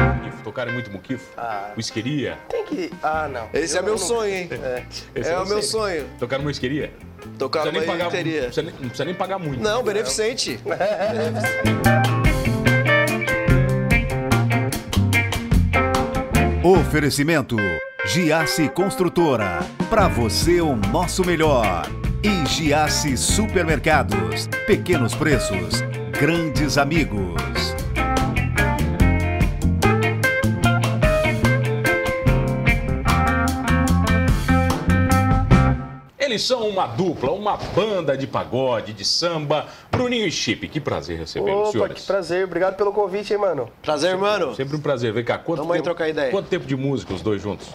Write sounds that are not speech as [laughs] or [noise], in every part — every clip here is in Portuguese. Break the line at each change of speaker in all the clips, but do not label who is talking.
muquifo, tocarem muito muquifo?
Ah.
Whiskeria?
Tem que. Ah, não.
Esse é
Eu
meu
não-
sonho, hein?
É.
Esse
É
eu
o
não
meu
sei.
sonho.
Tocar numa whiskeria?
Tocar
Não precisa nem
uma
pagar- Não
interia.
precisa nem, não precisa nem pagar muito.
Não, beneficente.
Oferecimento Giasse Construtora. Para você o nosso melhor. E Giasse Supermercados. Pequenos preços, grandes amigos.
Eles são uma dupla, uma banda de pagode, de samba. Bruninho e Chip, que prazer recebê-los,
Opa,
senhores.
que prazer. Obrigado pelo convite, hein, mano.
Prazer, mano.
Sempre um prazer. Vem cá, quanto
Vamos aí
tempo,
trocar ideia.
Quanto tempo de música os dois juntos?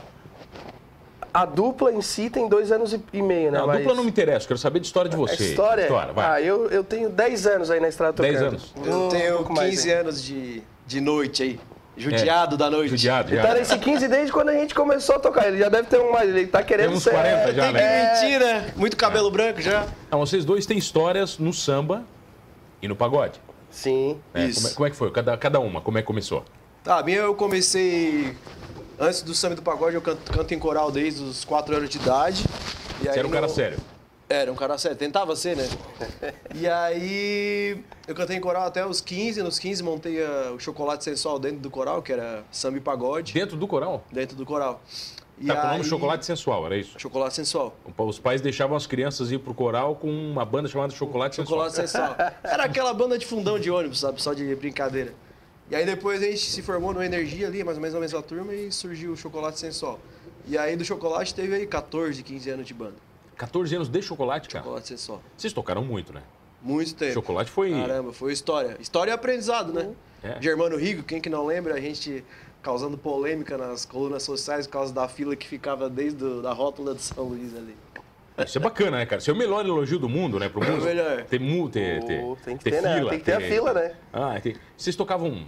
A dupla em si tem dois anos e e meio, né?
Não, a
mas-
dupla não me interessa, quero saber de história
É
de
A
vocês.
história?
História,
Ah,
vai.
eu, eu tenho 10 anos aí na estrada tocando.
10 anos.
Eu
Um
tenho
pouco mais,
15
hein?
anos de, de noite aí. Judiado da noite.
É. Judiado,
Ele tá
já.
nesse 15 desde quando a gente começou a tocar. Ele já deve ter um mais. Ele tá querendo
Tem uns
ser.
40 já,
é Tem que
né? É.
mentir, né? Muito cabelo branco já.
Não, vocês dois têm histórias no samba e no pagode.
Sim.
né?
Isso.
Como, é, como é que foi? Cada, cada uma, como é que começou?
Tá, a minha eu comecei antes do Samba e do Pagode, eu canto, canto em coral desde os 4 anos de idade. E aí
Você era um
no-
cara sério.
Era um cara sério, tentava ser, né? [laughs] e aí eu cantei em coral até os 15, nos 15 montei ah, o Chocolate Sensual dentro do coral, que era Samba e Pagode,
Dentro do coral?
dentro do coral. E
Tá com o nome
aí-
Chocolate Sensual, era isso?
Chocolate Sensual.
Os pais deixavam as crianças ir pro coral com uma banda chamada Chocolate,
Chocolate
Sensual.
Sensual. Era aquela banda de fundão de ônibus, sabe? Só de brincadeira. E aí depois a gente se formou no Energia ali, mais ou menos na mesma turma, e surgiu o Chocolate Sensual. E aí do Chocolate teve aí 14, 15 anos de banda.
14 anos de chocolate, cara.
Chocolate Sensual.
Vocês tocaram muito, né?
Muito tempo.
Chocolate foi-
Caramba, foi história. História e aprendizado, né?
É.
Germano Rigo, quem que não lembra, a gente causando polêmica nas colunas sociais por causa da fila que ficava desde o- da rótula de São Luís ali.
Isso é bacana, né, cara? Isso é o melhor elogio do mundo, né, pro
É
músico.
melhor.
Ter, mu- ter, ter,
Pô, tem que ter, né? Tem que ter a fila, né?
Ah, tem... Vocês tocavam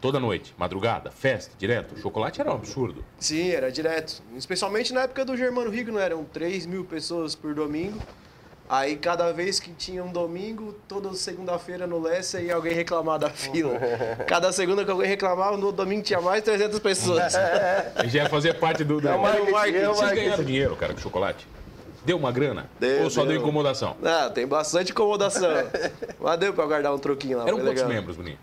toda noite, madrugada, festa, direto. Chocolate era um absurdo.
Sim, era direto. Especialmente na época do Germano Rigo, não eram 3 mil pessoas por domingo. Aí cada vez que tinha um domingo, toda segunda-feira no Leste ia alguém reclamar da fila. Cada segunda que alguém reclamava, no outro domingo tinha mais 300 pessoas.
Aí já fazia parte do... do...
É o marketing, é o
Vocês ganharam
marketing.
dinheiro, cara, com chocolate? Deu uma grana?
Deu,
Ou só deu,
deu.
incomodação?
Ah, tem bastante incomodação. Mas deu pra guardar um troquinho lá.
Eram
foi
quantos
legal.
membros, Bruninho?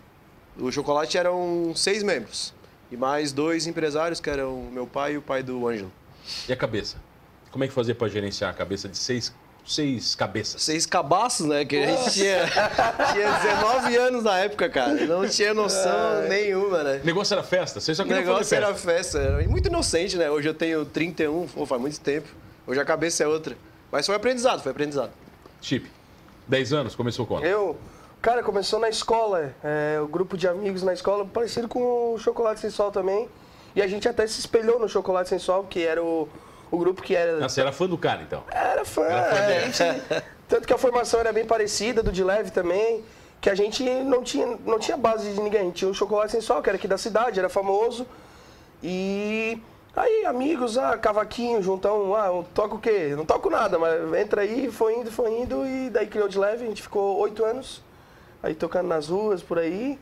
O Chocolate eram seis membros. E mais dois empresários, que eram meu pai e o pai do Ângelo.
E a cabeça? Como é que fazia pra gerenciar a cabeça de seis, seis cabeças?
Seis cabaços, né? Que a gente tinha, [laughs] tinha 19 anos na época, cara. Não tinha noção nenhuma, né?
O negócio era festa, vocês só
O
queriam fazer
negócio
festa.
era festa. Era muito inocente, né? Hoje eu tenho 31, pô, faz muito tempo. Hoje a cabeça é outra. Mas foi aprendizado, foi aprendizado.
Chip, 10 anos, começou quando?
Eu. Cara, começou na escola. é, o grupo de amigos na escola, parecido com o Chocolate Sensual também. E a gente até se espelhou no Chocolate Sensual, que era o, o grupo que era.
Ah, você era fã do cara, então.
Era fã. a gente- [laughs] tanto que a formação era bem parecida, do de leve também. Que a gente não tinha, não tinha base de ninguém. Tinha o Chocolate Sensual, que era aqui da cidade, era famoso. E aí, amigos, ah, cavaquinho, juntão, ah, eu toco o quê? Não toco nada, mas entra aí, foi indo, foi indo. E daí criou de leve, a gente ficou oito anos aí tocando nas ruas, por aí.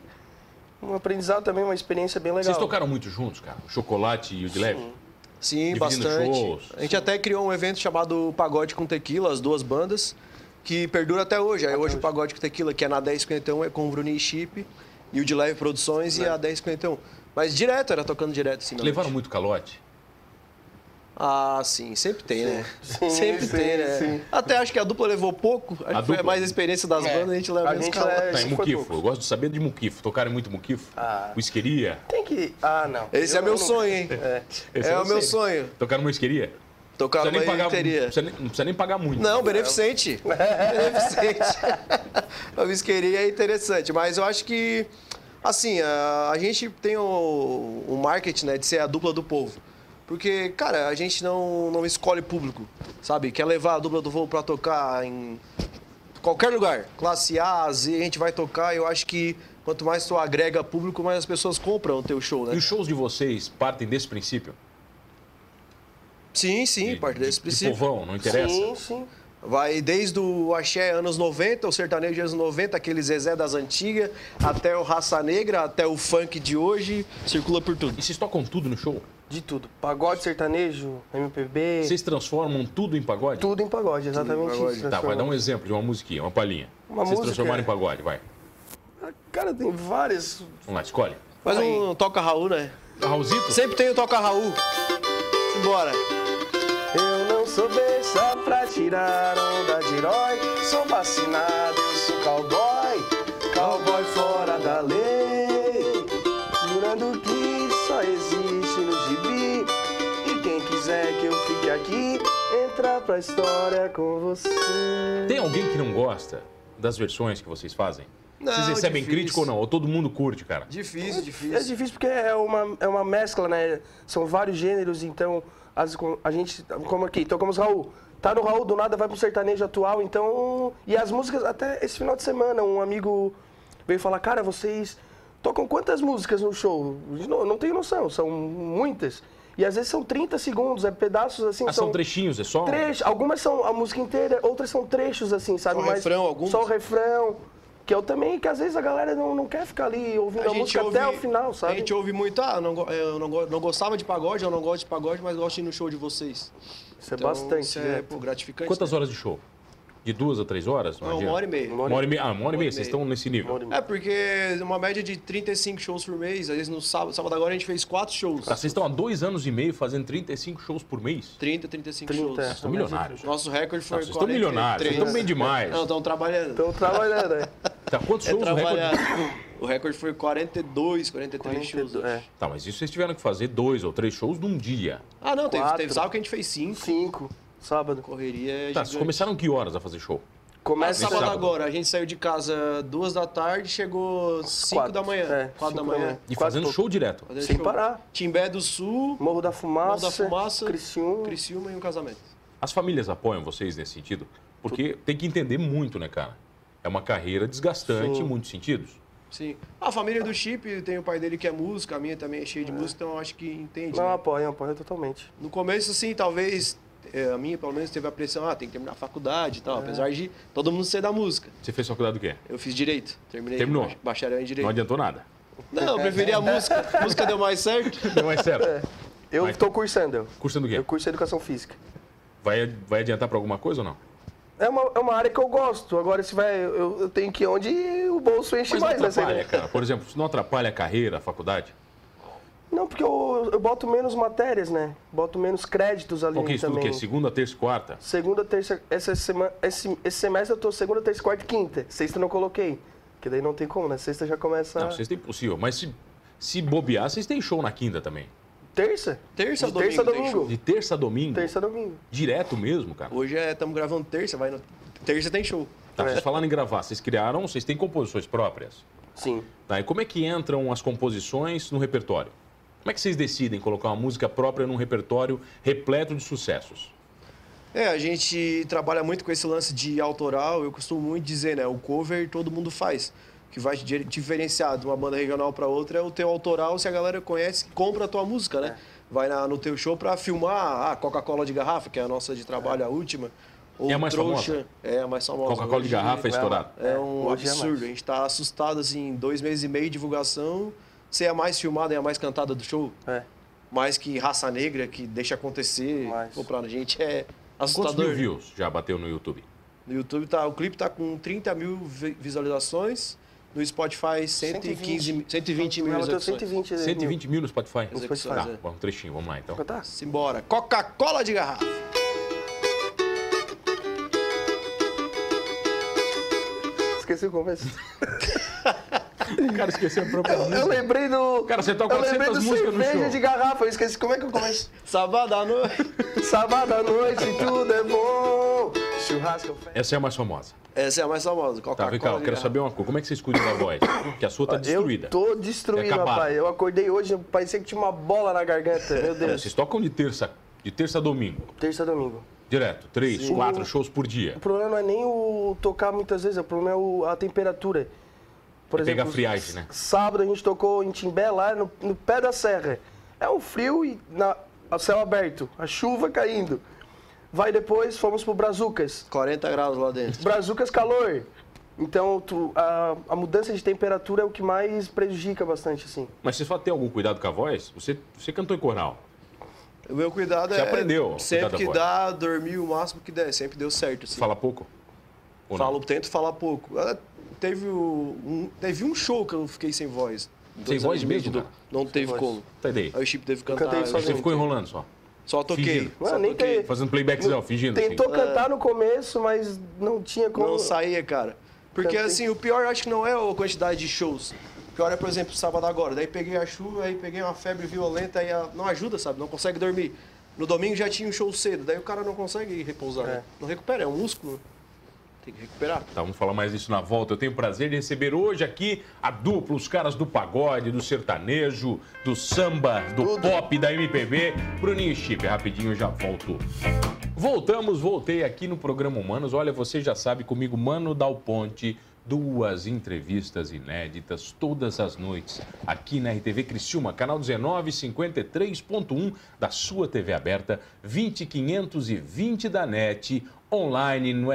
Um aprendizado também, uma experiência bem legal.
Vocês tocaram muito juntos, cara? O chocolate e o de leve?
Sim,
Dividindo
bastante.
shows.
A gente até criou um evento chamado Pagode com Tequila, as duas bandas, que perdura até hoje. Aí hoje o Pagode com Tequila, que é na 1051, é com o Bruninho e Chip, e o de Leve Produções e a 1051. Mas direto, era tocando direto, assim. na
Levaram
noite.
muito calote?
Ah, sim, sempre tem, né?
Sim,
sempre
sim,
tem, né?
sim.
Até acho que a dupla levou pouco, acho que foi
dupla?
mais a experiência das
É.
bandas, a gente leva
A
menos
gente
calor.
leva-
Tá,
Esse
e
foi
muquifo?
pouco.
Eu gosto de saber de muquifo. Tocaram muito muquifo?
Ah.
Whiskeria?
Tem que. Ah, não.
Esse
Eu
é meu
não-
sonho, hein? É,
Esse eu
o
não
meu
sei.
sonho.
Tocaram uma whiskeria?
Tocar
Não
uma
precisa nem pagar-
bateria.
não precisa nem- não precisa nem pagar muito.
Não, beneficente. [laughs] beneficente. a bisqueria é interessante, mas eu acho que, assim, a, a gente tem o, o marketing, né, de ser a dupla do povo. Porque, cara, a gente não, não escolhe público, sabe? Quer levar a dupla do voo pra tocar em qualquer lugar, classe A, Z, a gente vai tocar. Eu acho que quanto mais tu agrega público, mais as pessoas compram o teu show,
E
né?
os shows de vocês partem desse princípio?
Sim, é sim, parte desse
de,
princípio.
De povão, não interessa?
Sim, sim.
Vai desde o axé anos 90, o sertanejo anos 90, aquele Zezé das antigas, até o Raça Negra, até o funk de hoje, circula por tudo.
E vocês tocam tudo no show?
De tudo. Pagode, sertanejo, MPB.
Vocês transformam tudo em pagode?
Tudo em pagode, exatamente
pagode.
isso. né?
Tá, vai dar um exemplo de uma musiquinha, uma palhinha.
Uma
vocês
música,
transformaram
é.
em pagode, vai.
Cara, tem várias.
Vamos lá, escolhe.
Mas um Toca Raul, né?
Raulzito?
Sempre tem o Toca Raul. Bora.
Eu não sou bem só pra tirar onda de herói. Sou vacinado, eu sou cowboy. Cowboy fora da lei. Jurando que só existe no gibi. E quem quiser que eu fique aqui, entra pra história com você.
Tem alguém que não gosta das versões que vocês fazem?
Não,
vocês recebem
difícil. Então,
crítica ou não? Ou todo mundo curte, cara?
Difícil,
É
difícil.
difícil porque é uma, é uma mescla, né? São vários gêneros, então as- a gente, como aqui, tocamos Raul. Tá no Raul, do nada vai pro sertanejo atual, então. E as músicas, até esse final de semana, um amigo veio falar: Cara, vocês tocam quantas músicas no show? Eu disse, Não, eu não tenho noção, são muitas. E às vezes são 30 segundos, é pedaços assim.
Ah, são trechinhos, é só? um-
Trecho, algumas são a música inteira, outras são trechos, assim, sabe?
Só um refrão, algumas?
Só o refrão. Que eu também, que às vezes a galera não, não quer ficar ali ouvindo a, música até o final, sabe?
A gente ouve muito, ah, eu não, go- eu não, go- não gostava de pagode, eu não gosto de pagode, mas gosto de ir no show de vocês.
Isso é
Então,
bastante,
isso
né?
é pô, gratificante.
Quantas
né?
horas de show? De duas a três horas?
Não, uma
adianta.
hora e meia.
Uma hora e meia. Ah, uma hora e meia, vocês estão nesse nível.
hora e meia.
É, porque uma média de 35 shows por mês, às vezes no sábado, sábado agora a gente fez 4 shows.
Tá, vocês estão há dois anos e meio fazendo 35 shows por mês?
30, 35
30,
shows.
São milionários.
Nosso recorde foi
Não, vocês estão milionários, vocês estão bem demais.
Não, estão trabalhando.
Estão trabalhando,
[laughs]
né?
Tá, quantos
é
shows o
trabalhar.
recorde?
O recorde foi 42, 43 shows.
É.
Tá, mas isso vocês tiveram que fazer dois ou três shows num dia. Tá,
Ah, não, teve,
Quatro.
teve sábado que a gente fez 5.
Cinco, sábado.
Correria é
Tá, vocês
gigante.
começaram que horas a fazer show?
Mas
Começa
sábado,
sábado.
agora, a gente saiu de casa duas da tarde, chegou 5
Quatro,
da manhã.
é,
4 da
cinco da
manhã.
manhã.
E
Quase
fazendo
todo.
show direto.
Fazer
Sem parar.
Timbé do Sul,
Morro da
Morro
Fumaça,
da Fumaça,
Criciúma.
Criciúma e um casamento.
As famílias apoiam vocês nesse sentido? Porque tem que entender muito, né, cara? É uma carreira desgastante em muitos sentidos.
Sim. A família do Chip, tem o pai dele que é músico, a minha também é cheia de música, então eu acho que entende.
Não,
né?
apoia, apoia totalmente.
No começo, assim, talvez, é, a minha pelo menos teve a pressão, ah, tem que terminar a faculdade e tal, apesar de todo mundo ser da música.
Você fez faculdade do quê?
Eu fiz direito, terminei
Terminou.
bach- bacharel em
Não
direito.
adiantou nada.
Não, eu preferi a música, a música deu mais certo.
Não é certo.
Eu
Mas-
estou cursando, eu.
Cursando o quê?
Eu curso Educação Física.
Vai, vai adiantar pra alguma coisa ou não?
É uma, é uma área que eu gosto. Agora, se vai, eu, eu tenho que ir onde o bolso enche
Mas não
mais, né? Sem-
atrapalha, cara. Por exemplo, isso não atrapalha a carreira, a faculdade?
Não, porque eu, eu boto menos matérias, né? Boto menos créditos ali
Qual que é isso tudo
também.
que é? Segunda, terça e quarta?
Segunda, terça, essa semana, esse, esse semestre eu tô segunda, terça, quarta e quinta. Sexta eu não coloquei, que daí não tem como, né? Sexta já começa
Não, sexta é impossível. Mas se, se bobear, vocês têm show na quinta também.
terça?
Terça
De
ou domingo?
terça a
tem
domingo.
show?
De terça a domingo?
Terça domingo.
Direto mesmo, cara.
Hoje estamos gravando terça, vai no... Terça tem show.
Tá, vocês falaram em gravar, vocês criaram, vocês têm composições próprias.
Sim.
Tá, e como é que entram as composições no repertório? Como é que vocês decidem colocar uma música própria num repertório repleto de sucessos?
É, a gente trabalha muito com esse lance de autoral. Eu costumo muito dizer, né? O cover todo mundo faz. O que vai te di- diferenciar de uma banda regional para outra é o teu autoral, se a galera conhece, compra a tua música, né?
É.
Vai na- no teu show para filmar a Coca-Cola de garrafa, que é a nossa de trabalho, a última. Ou
É a mais famosa?
É a mais famosa.
Coca-Cola de
Hoje-
garrafa é estourado.
é um
Hoje é mais.
absurdo. a gente tá assustado, assim, dois meses e meio de divulgação, ser a mais filmada e a mais cantada do show.
É.
Mais que Raça Negra, que deixa acontecer.
Mais.
Pô, pra gente é
Quantos
assustador.
mil views já bateu no YouTube?
No YouTube tá, o clipe tá com 30 mil vi- visualizações. No Spotify, 115, mi- 120 mil
Ela bateu
visualizações.
120.
120 mil no Spotify?
No
Spotify.
Tá,
é.
bom, um trechinho, vamos lá
[laughs]
então.
mil. Tá?
Simbora. Coca-Cola de garrafa.
Esqueci
[laughs]
o começo.
O cara esqueceu a própria
Eu
música.
lembrei do.
Cara, você toca
Eu lembrei
400
do
músicas no
cerveja
show.
de garrafa. Eu esqueci como é que eu começo.
Sábado à
[laughs]
noite.
Sábado à noite, tudo é bom. Churrasco, festa.
Essa é a mais famosa.
Essa é a mais famosa,
Tá,
Coca-Cola
vem
de
cá, eu
garrafa.
quero saber uma coisa. Como é que vocês cuidam da voz? Porque a sua tá destruída.
Eu tô destruído,
É acabado.
rapaz. Eu acordei hoje, parecia que tinha uma bola na
[laughs]
garganta. Meu
É,
Deus.
Vocês tocam de terça, de terça a domingo,
Terça a domingo.
direto, três, quatro shows por dia.
O problema não é nem o tocar muitas vezes, o problema é o- a temperatura. Por
É pegar friagem, né?
Sábado a gente tocou em Timbé, lá no, no pé da serra. É um frio e na, a céu aberto, a chuva caindo. Vai depois, fomos pro Brazucas.
40 graus lá dentro.
Brazucas calor. Então, tu- a, a mudança de temperatura é o que mais prejudica bastante, assim.
Mas você só tem algum cuidado com a voz? Você, você cantou em coral.
O meu cuidado
Você
é.
aprendeu a
Sempre
cuidar
que
da
dá, dormir o máximo que der. Sempre deu certo. Assim.
Fala pouco? né? Ou não?
Falo, tento falar pouco. Ah, Teve o- um, teve um show que eu fiquei sem voz.
Sem
Dois
voz
anos e meio de
mesmo,
dor.
cara?
Não teve
voz.
como.
Tá daí.
Aí o Chip teve que
cantei
cantar. eu-
Você
sozinho.
ficou enrolando só.
Só toquei.
Fingindo.
Só
Não, nem
toquei.
teve.
Fazendo playbackzão, fingindo. assim.
Tentou cantar no começo, mas não tinha como.
Não saía, cara. Porque
Cantei.
assim, o pior acho que não é a quantidade de shows. O pior é, por exemplo, sábado agora. Daí peguei a chuva, aí peguei uma febre violenta, aí a- não ajuda, sabe? Não consegue dormir. No domingo já tinha um show cedo, daí o cara não consegue repousar. né? Não recupera, é um músculo. Tem que recuperar.
Tá, vamos falar mais disso na volta. Eu tenho o prazer de receber hoje aqui a dupla, os caras do pagode, do sertanejo, do samba, do pop, da MPB. Bruninho e Chip, rapidinho eu já volto. Voltamos, voltei aqui no programa Humanos. Olha, você já sabe comigo, Mano Dal Ponte, duas entrevistas inéditas todas as noites aqui na RTV Criciúma, canal 1953.1 da sua TV aberta, 20520 da NET, online no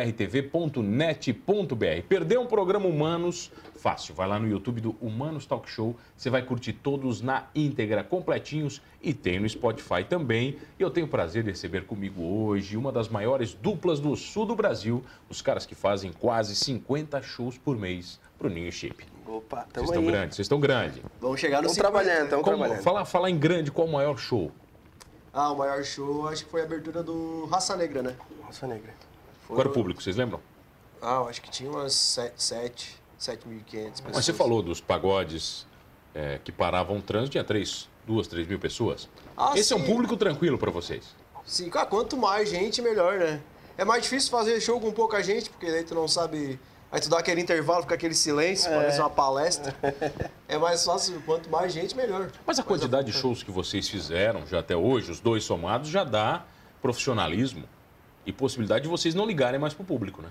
rtv.net.br. Perdeu um programa Humanos? Fácil, vai lá no YouTube do Humanos Talk Show, você vai curtir todos na íntegra, completinhos e tem no Spotify também. E eu tenho o prazer de receber comigo hoje uma das maiores duplas do sul do Brasil, os caras que fazem quase 50 shows por mês, Bruninho e Chip.
Opa,
Vocês
tamo
estão
aí.
grandes, vocês estão grandes.
Vamos chegar no né?
Estamos
50.
trabalhando, estamos
Como-
trabalhando.
Falar falar em grande, qual o maior show?
Ah, o maior show acho que foi a abertura do Raça Negra, né?
Nossa, negra.
Qual era o público, vocês lembram?
Ah, eu acho que tinha umas 7, 7.500 pessoas.
Mas você falou dos pagodes é, que paravam o trânsito, tinha três, duas, três mil pessoas.
Ah,
Esse é um
sim.
público tranquilo para vocês.
Sim, cara, Ah, quanto mais gente, melhor, né? É mais difícil fazer show com pouca gente, porque daí tu não sabe. Aí tu dá aquele intervalo, fica aquele silêncio, parece uma palestra. É mais fácil, quanto mais gente, melhor.
Mas a quantidade de shows que vocês fizeram já até hoje, os dois somados, já dá profissionalismo e possibilidade de vocês não ligarem mais pro público, né?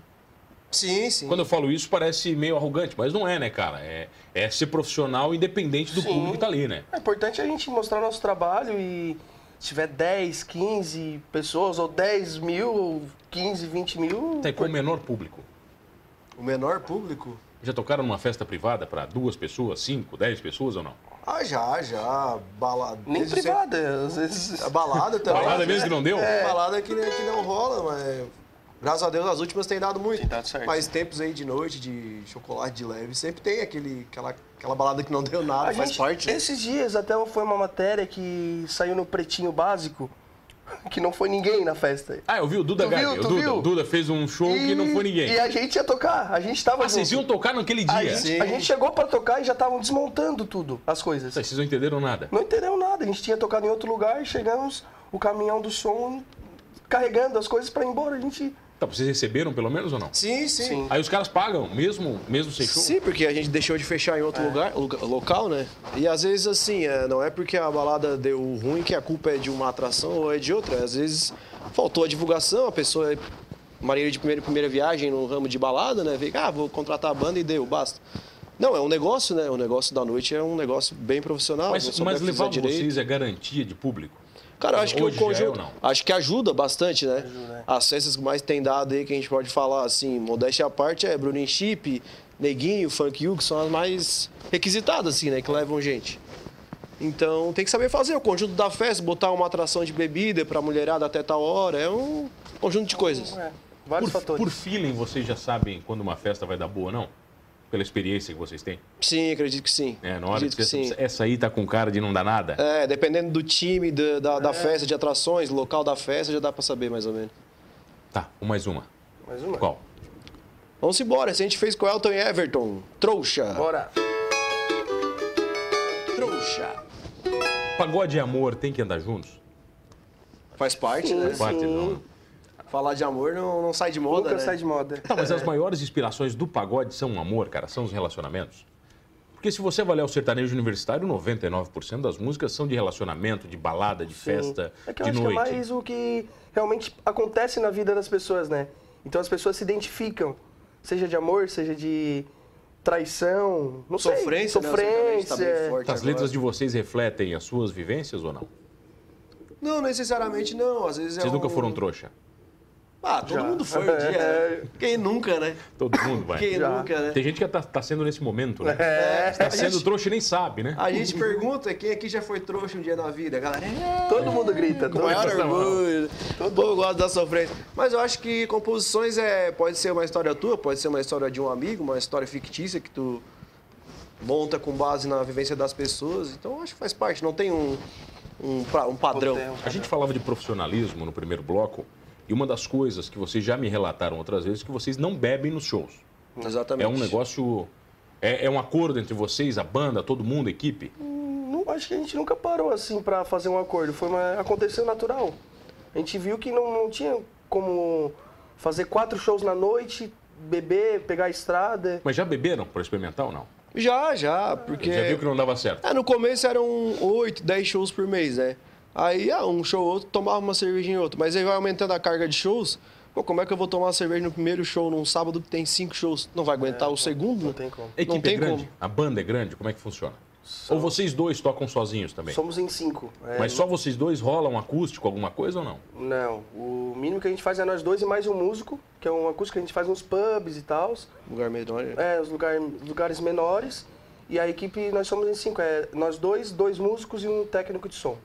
Sim, sim.
Quando eu falo isso, parece meio arrogante, mas não é, né, cara? É, é ser profissional independente do
Sim.
público que tá ali, né?
É importante a gente mostrar nosso trabalho e se tiver 10, 15 pessoas, ou 10 mil, ou 15, 20 mil.
Até Tá com o menor público.
O menor público.
Já tocaram numa festa privada para duas pessoas, cinco, dez pessoas ou não?
Ah, já, já. Balada.
Nem
desde
privada, às vezes.
sempre- A balada também.
Balada mesmo que não deu?
É. Balada que, que não rola, mas. Graças a Deus, as últimas tem dado muito.
Tem dado certo.
Mas tempos aí de noite, de chocolate de leve, sempre tem aquele, aquela, aquela balada que não deu nada,
A
faz
gente-
parte. né?
Esses dias até foi uma matéria que saiu no Pretinho Básico, [laughs] que não foi ninguém na festa.
Ah, eu vi o Duda
Tu viu?
Gabi. O
Tu
Duda,
viu?
o Duda fez um show que não foi ninguém.
E a gente ia tocar, a gente tava
Ah, vocês iam
junto.
tocar naquele
a,
dia?
gente, a gente chegou pra tocar e já estavam desmontando tudo, as coisas.
Vocês não entenderam nada.
Não entendeu nada, a gente tinha tocado em outro lugar, chegamos, o caminhão do som carregando as coisas pra ir embora, a gente...
Tá, vocês receberam pelo menos ou não?
Sim, sim.
Sim.
Aí os caras pagam, mesmo, mesmo sem show?
Sim, porque a gente deixou de fechar em outro
É.
lugar, lugar- local, né? E às vezes assim, é, não é porque a balada deu ruim que a culpa é de uma atração ou é de outra. Às vezes faltou a divulgação, a pessoa é marinheiro de primeira, primeira viagem no ramo de balada, né? Vem, ah, vou contratar a banda e deu, basta. Não, é um negócio, né? O negócio da noite é um negócio bem profissional. não
Mas,
souber
mas
fazer
levar
direito.
vocês é garantia de público?
Cara, eu acho que
Hoje
o
já é
conjunto.
ou não?
Acho que ajuda bastante, né? As festas que mais tem dado aí que a gente pode falar, assim, modéstia à parte, é Bruno Chip, Neguinho, Funk U, que são as mais requisitadas, assim, né? Que levam gente. Então tem que saber fazer o conjunto da festa, botar uma atração de bebida pra mulherada até tal hora, é um conjunto de coisas.
É, vários
Por,
fatores.
por feeling, vocês já sabem quando uma festa vai dar boa ou não? Pela experiência que vocês têm?
Sim, acredito que sim.
É, na hora
acredito
que
que sim.
você... Essa aí tá com cara de não dar nada?
É, dependendo do time, da, da- da festa, de atrações, local da festa, já dá pra saber mais ou menos.
Tá, mais uma.
Mais uma.
Qual?
Vamos embora, se a gente fez com Elton e Everton. Trouxa!
Bora.
Trouxa!
Pagode e amor tem que andar juntos?
Faz parte,
Sim.
né?
Parte não. né?
Falar de amor não, não sai de moda,
Nunca
né?
sai de moda.
Tá, mas as maiores inspirações do pagode são o amor, cara, são os relacionamentos. Porque se você avaliar o sertanejo universitário, 99% das músicas são de relacionamento, de balada, de festa,
É que eu
de
acho
noite.
que é mais o que realmente acontece na vida das pessoas, né? Então as pessoas se identificam, seja de amor, seja de traição, não sei.
Sofrência, né?
Sofrência.
Tá bem forte
As
agora.
letras de vocês refletem as suas vivências ou não?
Não, necessariamente não. Às vezes é
Vocês nunca
um-
foram trouxa?
Ah, todo
Já.
mundo foi um dia. né? Quem nunca, né?
Todo mundo vai.
Quem
Já.
nunca, né?
É. Tem gente que tá, tá sendo nesse momento, né?
É, Ah.
Tá
A
sendo
gente-
trouxa e nem sabe, né?
A gente pergunta quem aqui já foi trouxa um dia na vida, galera. É,
todo mundo grita.
com
Todo
maior
mundo.
orgulho. Todo mundo gosta da sofrência. Mas eu acho que composições é, pode ser uma história tua, pode ser uma história de um amigo, uma história fictícia que tu monta com base na vivência das pessoas. Então eu acho que faz parte, não tem um, um, pra- um padrão.
A gente falava de profissionalismo no primeiro bloco e uma das coisas que vocês já me relataram outras vezes é que vocês não bebem nos shows.
Exatamente.
É um negócio. É, é um acordo entre vocês, a banda, todo mundo, a equipe?
Não- acho que a gente nunca parou assim pra fazer um acordo. Foi uma, aconteceu natural. A gente viu que não, não tinha como fazer quatro shows na noite, beber, pegar a estrada.
Mas já beberam para experimentar ou não?
Já, já, porque.
Já viu que não dava certo?
É, no começo eram 8, 10 shows por mês, né? Aí, ah, um show ou outro, tomava uma cervejinha ou outra. Mas aí vai aumentando a carga de shows. Pô, como é que eu vou tomar uma cerveja no primeiro show, num sábado que tem cinco shows? Não vai aguentar o segundo?
É, Não
né?
tem como.
A equipe
não tem
é grande?
como.
A banda é grande? Como é que funciona? Ou vocês dois tocam sozinhos também?
Somos em cinco. É,
Mas só vocês dois rolam um acústico, alguma coisa ou não?
Não, o mínimo que a gente faz é nós dois e mais um músico, que é um acústico que a gente faz nos pubs e tal.
Lugar né? medonho.
É, os lugar, lugares menores. E a equipe, nós somos em cinco. É nós dois, dois músicos e um técnico de som.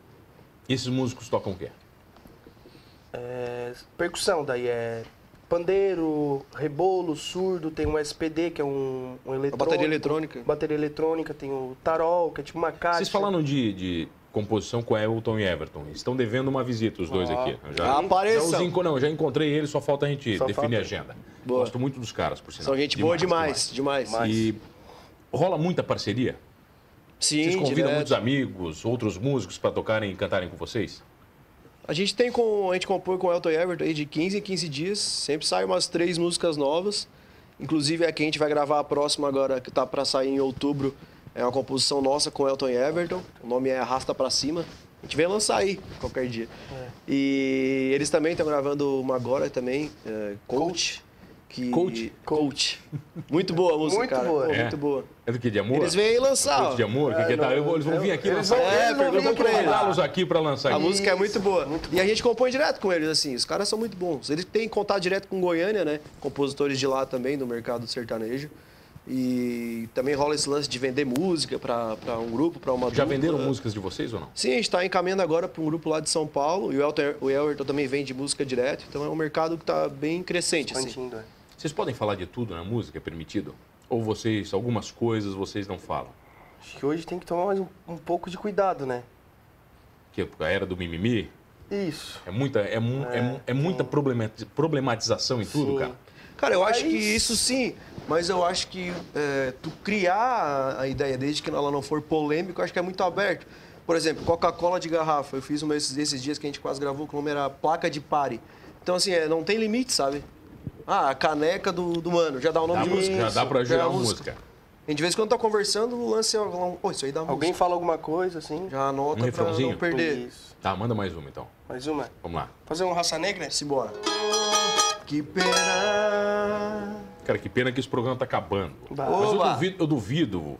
E esses músicos tocam o quê?
Ah,
É, percussão, daí é pandeiro, rebolo, surdo, tem um SPD, que é um, um
A
eletrônico.
bateria eletrônica.
Bateria eletrônica, tem o tarol, que é tipo uma caixa.
Vocês falaram de, de composição com Elton e Everton. Estão devendo uma visita os dois aqui. Eu Já,
Ah. Apareçam.
Já os enco- não, já encontrei eles, só falta a gente
Só
definir
falta.
a agenda.
Boa.
Gosto muito dos caras, por sinal.
São gente boa demais, demais.
E rola muita parceria?
Sim,
Vocês convidam
direto.
muitos amigos, outros músicos para tocarem e cantarem com vocês?
A gente tem com. A gente compõe com o Elton e Everton aí de 15 em 15 dias. Sempre sai umas três músicas novas. Inclusive a que a gente vai gravar a próxima agora, que tá pra sair em outubro. É uma composição nossa com o Elton e Everton. O nome é Arrasta Pra Cima. A gente vem lançar aí qualquer dia.
É.
E eles também estão gravando uma agora também, é, Coach. Que...
Coach?
Coach. Muito boa a música,
Muito
cara.
boa.
Pô,
É.
Muito boa.
É do que? De amor?
Eles vêm aí lançar,
Coach
ó.
de amor? O que que é, tá? Eu vou- eles vão vir aqui
Eles
lançar.
vão-
É,
eles vão vir
pergunta
aqui
pra
pra
eles.
lá.
Convidá-los aqui para lançar.
A
aqui.
música é muito boa.
muito
e a gente compõe direto com eles, assim. Os caras são muito bons. Eles têm contato direto com Goiânia, né? Compositores de lá também, do mercado sertanejo. E também rola esse lance de vender música pra pra um grupo, pra uma
Já
dupla.
venderam músicas de vocês ou não?
Sim, a gente tá encaminhando agora pra um grupo lá de São Paulo. E o, Elton, o Elton também vende música direto. Então é um mercado que tá bem crescente, assim.
Expandindo, é.
Vocês podem falar de tudo na música, é permitido? Ou vocês, algumas coisas vocês não falam?
Acho que hoje tem que tomar mais um, um pouco de cuidado, né?
Que é a era do mimimi?
Isso.
É muita, é, mu- é mu- é muita problemati- problematização em tudo,
Sim.
cara.
Cara, eu acho que
Mas-
isso sim. Mas eu acho que é, tu criar a- a ideia, desde que ela não for polêmica, eu acho que é muito aberto. Por exemplo, Coca-Cola de garrafa. Eu fiz um desses, desses dias que a gente quase gravou, que o nome era Placa de Pare. Então, assim, é, não tem limite, sabe? Ah, a caneca do, do mano, já dá o nome
Dá
de
pra-
música.
Tá, já dá pra
é
gerar
a
música.
A gente, de vez em quando tá conversando, o lance é... um- Pô, isso aí dá
Alguém
música.
fala alguma coisa, assim?
Já anota
Um
pra
refrãozinho?
não perder.
Isso.
Tá, manda mais uma então.
Mais uma.
Vamos lá.
Fazer um raça negra?
Simbora. Que pena...
Cara, que pena que esse programa tá acabando.
Bah.
Mas eu
Oba!
duvido, eu duvido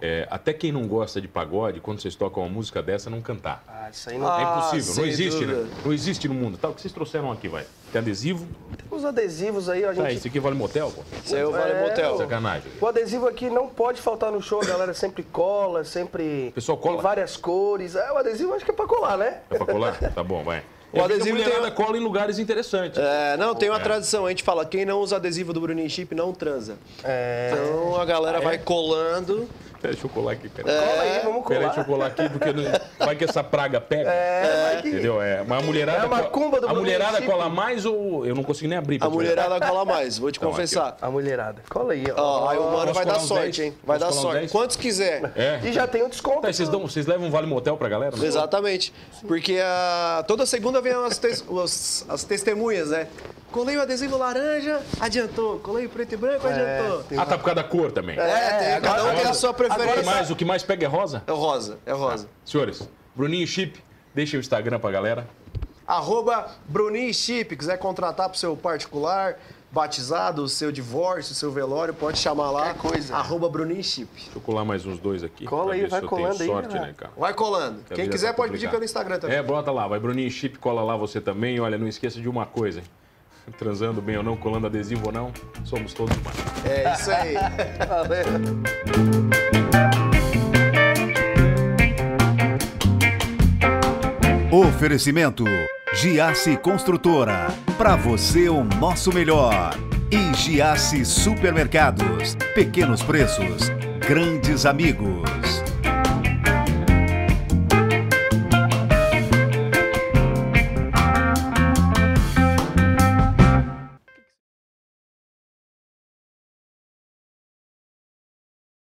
é, até quem não gosta de pagode, quando vocês tocam uma música dessa, não cantar.
Ah, isso aí não
Ah.
É impossível, não
sem
existe, né?
dúvida.
Não existe no mundo. Tá, o que vocês trouxeram aqui, vai? Tem adesivo?
tem. Os adesivos aí, ó, a
Tá,
gente.
isso aqui vale motel, pô?
Isso aí eu falei,
É,
motel.
Sacanagem.
o adesivo aqui não pode faltar no show, a galera sempre cola, sempre.
Pessoal cola?
Tem várias cores. É, o adesivo acho que é pra colar, né?
É pra colar? Tá bom, vai.
O adesivo tem- um-
tem... cola em lugares interessantes.
É, não, tem uma tradição. A gente fala, quem não usa adesivo do Bruninho Chip não transa.
É.
Então a galera vai colando.
Pera, deixa eu colar aqui, pera.
É,
Cola aí, vamos
Peraí,
colar.
deixa eu colar aqui, porque não- vai que essa praga pega. É,
vai que-
Entendeu? É, mas a mulherada.
É a macumba do
A mulherada
município.
cola mais ou. Eu não consigo nem abrir. pra
A
te olhar.
mulherada cola mais, vou te
Então,
confessar.
A mulherada. Cola aí, ó.
Ó, aí o mano
Posso
vai dar
colar uns
sorte,
10?
hein? Vai
Posso
dar
colar uns
sorte.
10?
Quantos quiser.
É.
E já tem o desconto.
Tá, vocês, dão, vocês levam um vale motel pra galera? Né?
Exatamente. Porque a- toda segunda vem as, tes- os- as testemunhas, né? Colei o adesivo laranja, adiantou. Colei o preto e branco, adiantou.
Ah, tá por causa da cor também.
É, tem- cada um tem a sua
O
preferência.
que mais, o que mais pega é rosa?
É rosa, é rosa.
Senhores, Bruninho Chip, deixa o Instagram pra galera.
Arroba Bruninho Chip, quiser contratar pro seu particular, batizado, seu divórcio, seu velório, pode chamar lá.
Qualquer coisa.
Arroba Bruninho Chip.
Deixa eu colar mais uns dois aqui.
Cola
pra
aí,
ver
vai
se eu
colando aí,
tenho sorte,
galera.
né, cara?
Vai colando.
Que a
Quem
vida
quiser
tá
pode pedir
complicada.
pelo Instagram também.
É, bota lá, vai Bruninho Chip, cola lá você também. Olha, não esqueça de uma coisa, hein? [laughs] transando bem ou não, colando adesivo ou não, somos todos humanos.
É isso aí.
Ah, né?
Valeu.
Oferecimento Giasse Construtora. Para você o nosso melhor. E Giasse Supermercados. Pequenos preços, grandes amigos.